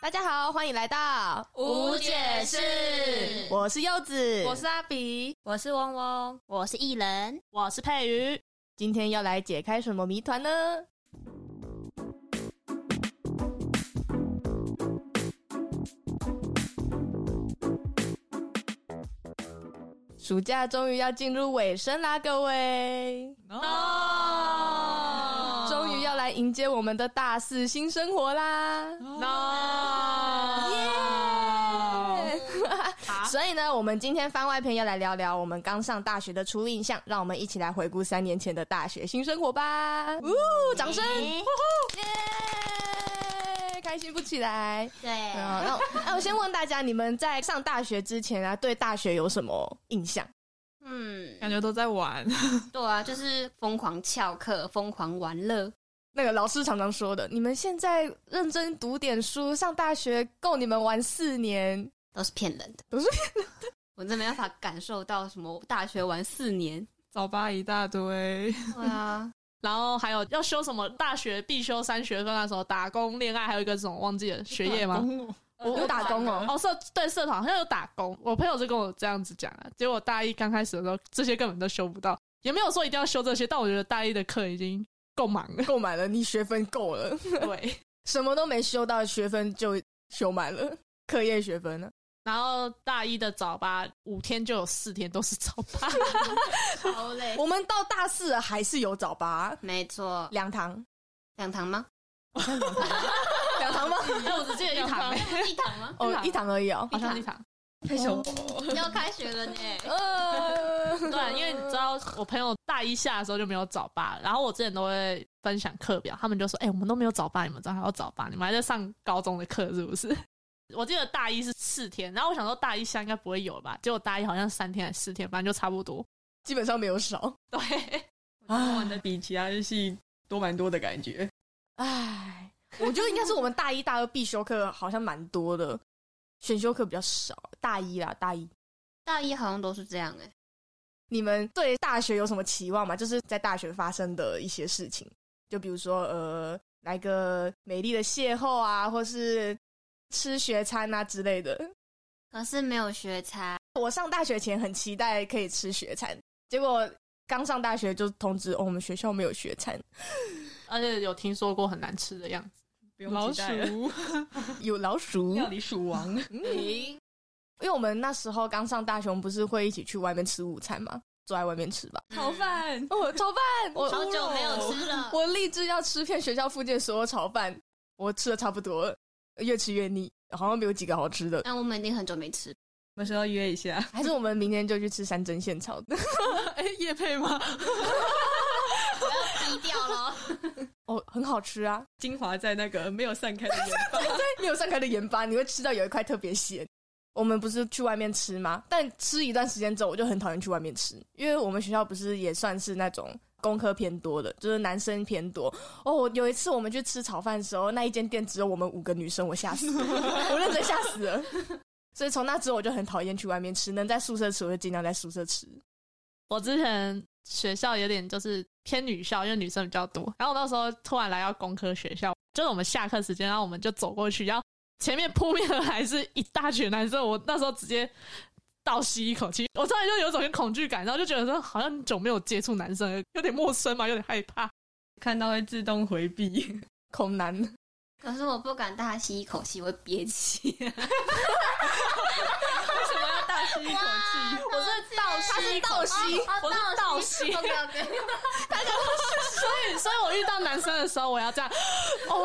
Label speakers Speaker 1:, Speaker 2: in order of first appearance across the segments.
Speaker 1: 大家好，欢迎来到
Speaker 2: 无解释
Speaker 1: 我是柚子，
Speaker 2: 我是阿比，
Speaker 3: 我是汪汪，我是艺人，
Speaker 2: 我是佩瑜。
Speaker 1: 今天要来解开什么谜团呢？暑假终于要进入尾声啦，各位，
Speaker 2: No
Speaker 1: 终于要来迎接我们的大四新生活啦！
Speaker 2: No，哦
Speaker 1: 耶所以呢，我们今天番外篇要来聊聊我们刚上大学的初印象，让我们一起来回顾三年前的大学新生活吧！呜，掌声！
Speaker 3: 耶
Speaker 1: 耶，开心不起来。
Speaker 3: 对，
Speaker 1: 嗯，那我那我先问大家，你们在上大学之前啊，对大学有什么印象？
Speaker 3: 嗯，
Speaker 2: 感觉都在玩，
Speaker 3: 对啊，就是疯狂翘课，疯狂玩乐，
Speaker 1: 那个老师常常说的，你们现在认真读点书，上大学够你们玩四年。
Speaker 3: 都是骗人的，
Speaker 1: 都是
Speaker 3: 骗人的。我真没办法感受到什么大学玩四年，
Speaker 2: 早八一大堆，
Speaker 3: 对啊，
Speaker 2: 然后还有要修什么大学必修三学分那时候，打工、恋爱，还有一个什么忘记了学业吗？
Speaker 1: 我我打工哦，。
Speaker 2: 哦，社对社团好像有打工，我朋友就跟我这样子讲啊。结果大一刚开始的时候，这些根本都修不到，也没有说一定要修这些，但我觉得大一的课已经够忙了
Speaker 1: 够满了，你学分够了，
Speaker 2: 对，
Speaker 1: 什么都没修到，学分就修满了， 课业学分呢？
Speaker 2: 然后大一的早八五天就有四天都是早 八，
Speaker 3: 超累，
Speaker 1: 我们到大四了还是有早八，
Speaker 3: 没错，
Speaker 1: 两堂，
Speaker 3: 两堂吗？
Speaker 1: 两堂吗？
Speaker 2: 哎，我只记得一堂、欸，
Speaker 3: 一堂吗？
Speaker 1: 哦，一堂而已哦，
Speaker 2: 好像一堂。
Speaker 1: 太小。
Speaker 3: 要开学了呢，
Speaker 1: 呃，
Speaker 2: 对啊，因为你知道，我朋友大一下的时候就没有早八，然后我之前都会分享课表，他们就说：“哎、我们都没有早八，你们知道还要早八，你们还在上高中的课是不是？” 我记得大一是四天，然后我想说大一下应该不会有吧，结果大一好像三天还是四天，反正就差不多。
Speaker 1: 基本上没有少。
Speaker 2: 对，
Speaker 1: 唉
Speaker 4: 的比其他日系多蛮多的感觉。
Speaker 1: 唉，我觉得应该是我们大一、大二必修课好像蛮多的，选修课比较少。大一啦，大一，
Speaker 3: 大一好像都是这样哎，
Speaker 1: 你们对大学有什么期望吗？就是在大学发生的一些事情，就比如说呃，来个美丽的邂逅啊，或是吃学餐啊之类的。
Speaker 3: 可是没有学差，
Speaker 1: 我上大学前很期待可以吃学餐，结果刚上大学就通知哦，我们学校没有学 餐，
Speaker 2: 而且有听说过很难吃的样子，
Speaker 4: 不用期待了，
Speaker 1: 有老鼠。嗯
Speaker 4: 料理鼠 王，
Speaker 3: 咦，
Speaker 1: 因为我们那时候刚上大学，我们不是会一起去外面吃午餐吗？坐在外面吃吧。
Speaker 4: 炒饭，
Speaker 1: 哦，炒饭，我
Speaker 3: 好久没有吃 了，
Speaker 1: 我立志要吃遍学校附近所有炒饭，我吃的差不多了，越吃越腻，好像没有几个好吃的。
Speaker 3: 但我们已经很久没吃
Speaker 4: 我们说要约一下，
Speaker 1: 还是我们明天就去吃山珍现炒 的。
Speaker 2: 哎、叶配吗？
Speaker 3: 低调了。
Speaker 1: 哦，很好吃啊！
Speaker 4: 精华在那个没有散开的盐巴，
Speaker 1: 没有散开的盐巴，你会吃到有一块特别咸。我们不是去外面吃吗？但吃一段时间之后，我就很讨厌去外面吃，因为我们学校不是也算是那种工科偏多的，就是男生偏多。哦，我有一次我们去吃炒饭的时候，那一间店只有我们五个女生，我吓死了，我认真吓死了。所以从那之后，我就很讨厌去外面吃，能在宿舍吃我就尽量在宿舍吃。
Speaker 2: 我之前学校有点就是偏女校，因为女生比较多。然后我那时候突然来到工科学校，就是我们下课时间，然后我们就走过去，然后前面扑面而来是一大群男生，我那时候直接倒吸一口气，我突然就有一种恐惧感，然后就觉得说好像很久没有接触男生了，有点陌生嘛，有点害怕。
Speaker 4: 看到会自动回避。
Speaker 1: 恐男，
Speaker 3: 可是我不敢大吸一口气，我会憋气。 为什么要大吸一口气？我是倒哦
Speaker 1: 他是倒吸
Speaker 2: 我是倒吸
Speaker 3: OK OK，
Speaker 2: 所以，所以我遇到男生的时候，我要这样，哦，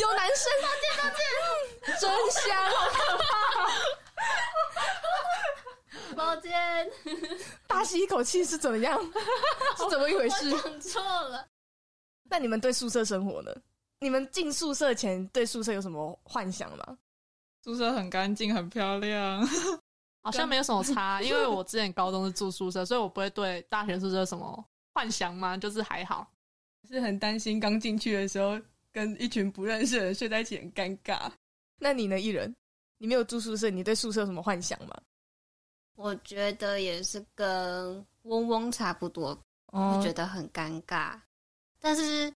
Speaker 1: 有男生，抱歉抱歉，真香！
Speaker 3: 抱歉，
Speaker 1: 大吸一口气是怎么样？是怎么一回事？
Speaker 3: 讲错了。
Speaker 1: 那你们对宿舍生活呢？你们进宿舍前对宿舍有什么幻想吗？
Speaker 4: 宿舍很干净，很漂亮。
Speaker 2: 好像没有什么差，因为我之前高中是住宿舍，所以我不会对大学宿舍有什么幻想嘛，就是还好。
Speaker 4: 是很担心刚进去的时候跟一群不认识的人睡在一起很尴尬。
Speaker 1: 那你呢，艺人？你没有住宿舍，你对宿舍有什么幻想吗？
Speaker 3: 我觉得也是跟嗡嗡差不多，
Speaker 1: 哦
Speaker 3: 觉得很尴尬。但是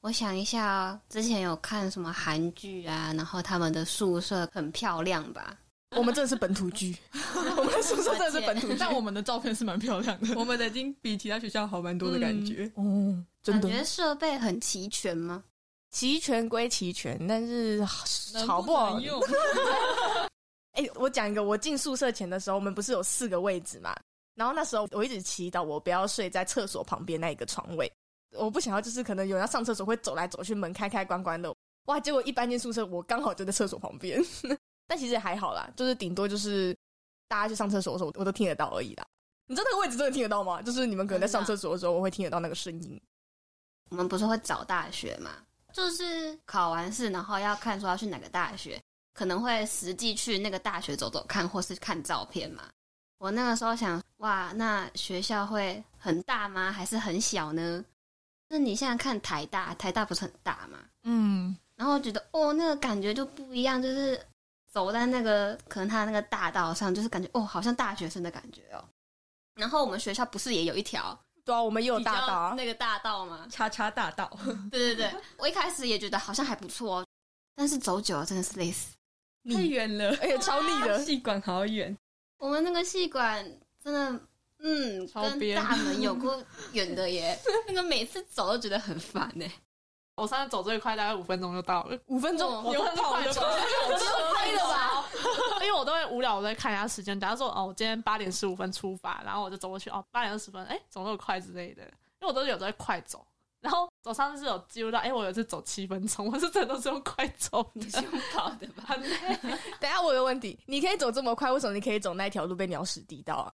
Speaker 3: 我想一下哦，之前有看什么韩剧啊，然后他们的宿舍很漂亮吧？
Speaker 1: 我们真的是本土剧，我们宿舍真的是本土剧，
Speaker 2: 但我们的照片是蛮漂亮 的。
Speaker 4: 我们的已经比其他学校好蛮多的感 觉。
Speaker 1: 哦，真
Speaker 3: 感
Speaker 1: 的
Speaker 3: 觉设备很齐全吗？
Speaker 1: 齐全归齐全，但是好不好
Speaker 2: 能用？
Speaker 1: 哎、我讲一个，我进宿舍前的时候，我们不是有四个位置嘛？然后那时候我一直祈祷我不要睡在厕所旁边那一个床位，我不想要就是可能有人要上厕所会走来走去，门开开关关的。哇，结果一搬进宿舍，我刚好就在厕所旁边， 但其实也还好啦，就是顶多就是大家去上厕所的时候，我都听得到而已啦。你知道那个位置真的听得到吗？就是你们可能在上厕所的时候，我会听得到那个声音。
Speaker 3: 我们不是会找大学嘛？就是考完试，然后要看说要去哪个大学，可能会实际去那个大学走走看，或是看照片嘛。我那个时候想，哇，那学校会很大吗？还是很小呢？那你现在看台大，台大不是很大吗？
Speaker 2: 嗯，
Speaker 3: 然后觉得哦，那个感觉就不一样，就是走在那个可能他那个大道上，就是感觉哦，好像大学生的感觉哦。然后我们学校不是也有一条
Speaker 1: 对啊，我们也有
Speaker 3: 比
Speaker 1: 大
Speaker 3: 较
Speaker 1: 道啊，
Speaker 3: 那个大道吗？
Speaker 4: 叉叉大道，
Speaker 3: 对对对，我一开始也觉得好像还不错，哦，但是走久了真的是累死。
Speaker 4: 太远了，
Speaker 1: 而且 哎超腻的。
Speaker 4: 细管好远。
Speaker 3: 我们那个戏馆真的，嗯，
Speaker 2: 超
Speaker 3: 跟
Speaker 2: 边
Speaker 3: 大门有过远的 耶，那个每次走都觉得很烦呢。
Speaker 2: 我上次走最快大概五分钟就到了。
Speaker 1: 五分钟，
Speaker 3: 我
Speaker 2: 有跑的吧？
Speaker 3: 快 了吧？
Speaker 2: 因为我都会无聊，我在看一下时间。假如说哦，我今天八点十五分出发，然后我就走过去哦，八点二十分，哎，怎么那么快之类的？因为我都有在快走。 然后我上次是有记录到，哎，我有一次走七分钟， 我是真的都是用快走
Speaker 3: 你
Speaker 2: 的
Speaker 3: 是，用跑的吧？
Speaker 2: 很累。
Speaker 1: 等一下我有个问题，你可以走这么快，为什么你可以走那条路被鸟屎滴到啊？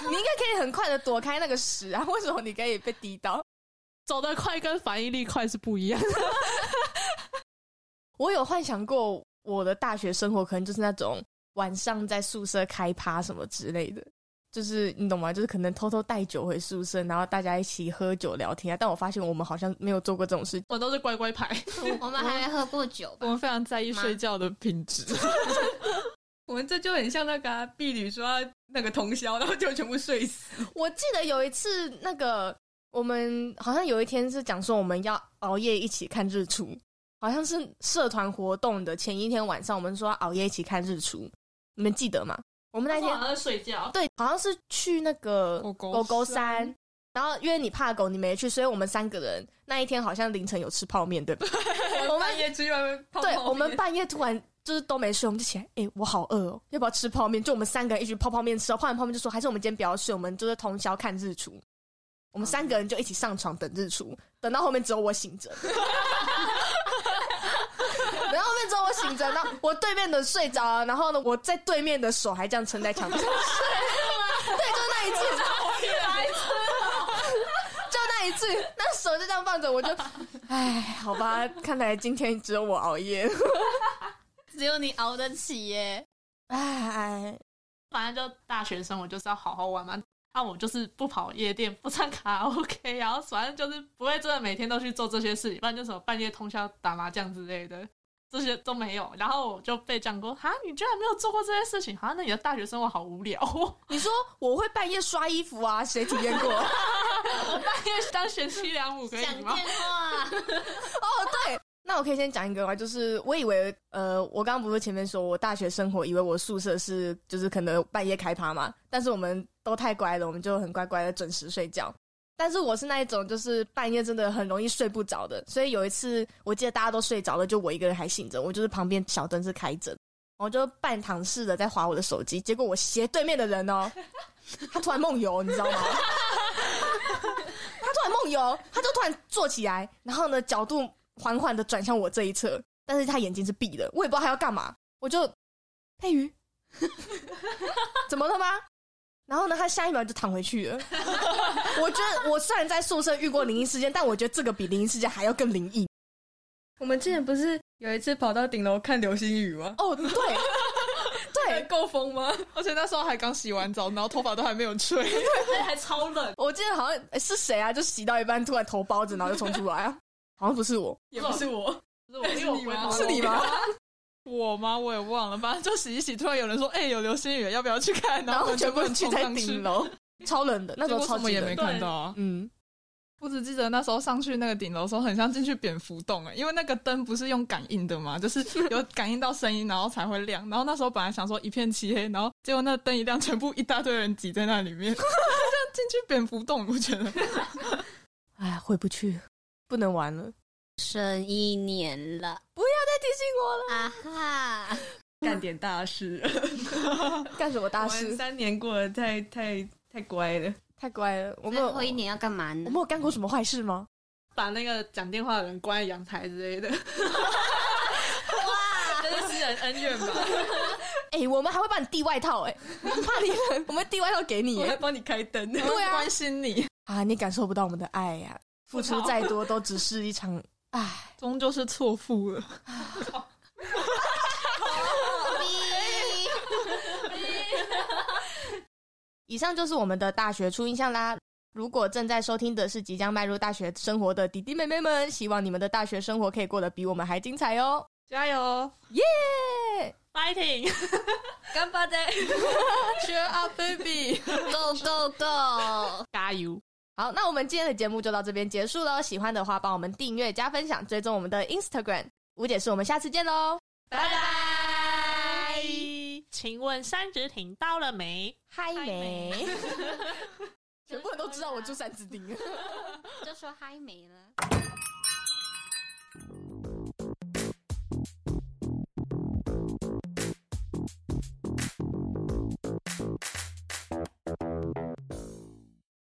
Speaker 1: 你应该可以很快的躲开那个屎啊，为什么你可以被滴到？
Speaker 2: 走得快跟反应力快是不一样的。
Speaker 1: 我有幻想过我的大学生活，可能就是那种晚上在宿舍开趴什么之类的，就是你懂吗？就是可能偷偷带酒回宿舍，然后大家一起喝酒聊天啊。但我发现我们好像没有做过这种事，
Speaker 2: 我都是乖乖牌，
Speaker 3: 我们还没喝过酒 吧？
Speaker 2: 我们非常在意睡觉的品 质。
Speaker 4: 我们这就很像那个啊婢女说要那个通宵，然后就全部睡死。
Speaker 1: 我记得有一次，那个我们好像有一天是讲说我们要熬夜一起看日出，好像是社团活动的前一天晚上，我们说要熬夜一起看日出，你们记得吗？我们那天
Speaker 2: 晚上睡觉，
Speaker 1: 对，好像是去那个
Speaker 4: 狗狗
Speaker 1: 狗狗山，然后因为你怕狗，你没去，所以我们三个人那一天好像凌晨有吃泡面，对吧？我们
Speaker 4: 半夜吃完泡泡
Speaker 1: 对
Speaker 4: 面
Speaker 1: 我们半夜突然就是都没睡，我们就起来，哎、我好饿哦，要不要吃泡面？就我们三个人一起泡泡面吃哦，泡完泡面就说，还是我们今天不要睡，我们就是通宵看日出。我们三个人就一起上床等日出，等到后面只有我醒着， 等到后面只有我醒着，然后我对面的睡着了，然后呢，我在对面的手还这样撑在墙上，对，就那一次，
Speaker 4: 哦
Speaker 1: 就那一次，那手就这样放着，我就，哎，好 吧，看来今天只有我熬夜了，
Speaker 3: 只有你熬得起耶。
Speaker 1: 哎。
Speaker 2: 反正就大学生，我就是要好好玩嘛。那、我就是不跑夜店，不唱卡拉 OK，然 后反正就是不会真的每天都去做这些事情，不然就什么半夜通宵打麻将之类的，这些都没有。然后我就被讲过，哈，你居然没有做过这些事情，好、啊，那你的大学生活好无聊、哦。
Speaker 1: 你说我会半夜刷衣服啊？谁体验过？哦，
Speaker 2: 我半夜当贤妻良母可以吗？
Speaker 3: 话，
Speaker 1: 哦对， 那我可以先讲一个吗？就是我以为，呃，我刚刚不是前面说我大学生活，以为我宿舍是就是可能半夜开趴嘛，但是我们都太乖了，我们就很乖乖的准时睡觉。但是我是那一种，就是半夜真的很容易睡不着的，所以有一次我记得大家都睡着了，就我一个人还醒着，我就是旁边小灯是开着，我就半躺式的在划我的手机，结果我斜对面的人哦，他突然梦游，你知道吗？ 他突然梦游，他就突然坐起来，然后呢，角度缓缓的转向我这一侧，但是他眼睛是闭的，我也不知道他要干嘛，我就佩瑜， 怎么了吗？然后呢，他下一秒就躺回去了。我觉得我虽然在宿舍遇过灵异事件，但我觉得这个比灵异事件还要更灵异。
Speaker 4: 我们之前不是有一次跑到顶楼看流星雨吗？
Speaker 1: 哦，对，对，
Speaker 4: 够疯吗？
Speaker 2: 而且那时候还刚洗完澡，然后头发都还没有吹，还超冷。
Speaker 1: 我记得好像诶是谁啊，就洗到一半突然头包着，然后就冲出来啊，好像不是我，
Speaker 4: 也不是我，
Speaker 2: 是我，因为我回头
Speaker 1: 是你吗？
Speaker 2: 我吗？我也忘了，反正就洗一洗，突然有人说：“哎、有流星雨，要不要去 看？”
Speaker 1: 然
Speaker 2: 我
Speaker 1: 后
Speaker 2: 们
Speaker 1: 全部
Speaker 2: 人
Speaker 1: 人聚
Speaker 2: 冲
Speaker 1: 在
Speaker 2: 上去
Speaker 1: 顶楼，超冷的，那时候超级冷。
Speaker 2: 看到啊。
Speaker 1: 嗯，
Speaker 5: 我只记得那时候上去那个顶楼的时候，很像进去蝙蝠洞哎、因为那个灯不是用感应的嘛，就是有感应到声音，然后才会亮。然后那时候本来想说一片漆黑，然后结果那灯一亮，全部一大堆人挤在那里面，就 像进去蝙蝠洞，我觉得。
Speaker 1: 哎，回不去，不能玩了，
Speaker 3: 剩一年了
Speaker 1: 不要再提醒我了。
Speaker 3: 啊哈！
Speaker 4: 干点大事，
Speaker 1: 干什么大
Speaker 4: 我们
Speaker 1: 事？
Speaker 4: 三年过得太太太乖了，
Speaker 1: 太乖了，我们
Speaker 3: 最
Speaker 1: 有
Speaker 3: 后一年要干嘛
Speaker 1: 我
Speaker 3: 呢
Speaker 1: 们？有干过什么坏事吗？
Speaker 2: 把那个讲电话的人关在阳台之类的，
Speaker 3: 哇，
Speaker 2: 这是私人恩怨吧？
Speaker 1: 哎、我们还会帮你递外套、哎，怕你 冷，我们递外套给你、
Speaker 4: 我还
Speaker 1: 哎
Speaker 4: 帮你开灯。
Speaker 1: 对啊
Speaker 5: 关心你，
Speaker 1: 啊，你感受不到我们的爱呀、付出再多都只是一场，唉，
Speaker 5: 终究是错付了。
Speaker 1: 以上就是我们的大学初印象啦。如果正在收听的是即将迈入大学生活的弟弟妹妹们，希望你们的大学生活可以过得比我们还精彩哦！
Speaker 2: 加油
Speaker 1: 耶、
Speaker 2: ，fighting！
Speaker 4: 干巴的，
Speaker 5: Cheer up, baby！
Speaker 3: Go Go Go！
Speaker 2: 加油！
Speaker 1: 好，那我们今天的节目就到这边结束喽。喜欢的话，帮我们订阅、加分享、追踪我们的 Instagram。吴姐是我们下次见喽，
Speaker 2: 拜拜。请问三直亭到了没？
Speaker 1: 嗨
Speaker 2: 嗨
Speaker 1: 梅，
Speaker 2: 梅
Speaker 1: 全部人都知道我住三只丁。
Speaker 3: 就说嗨没了。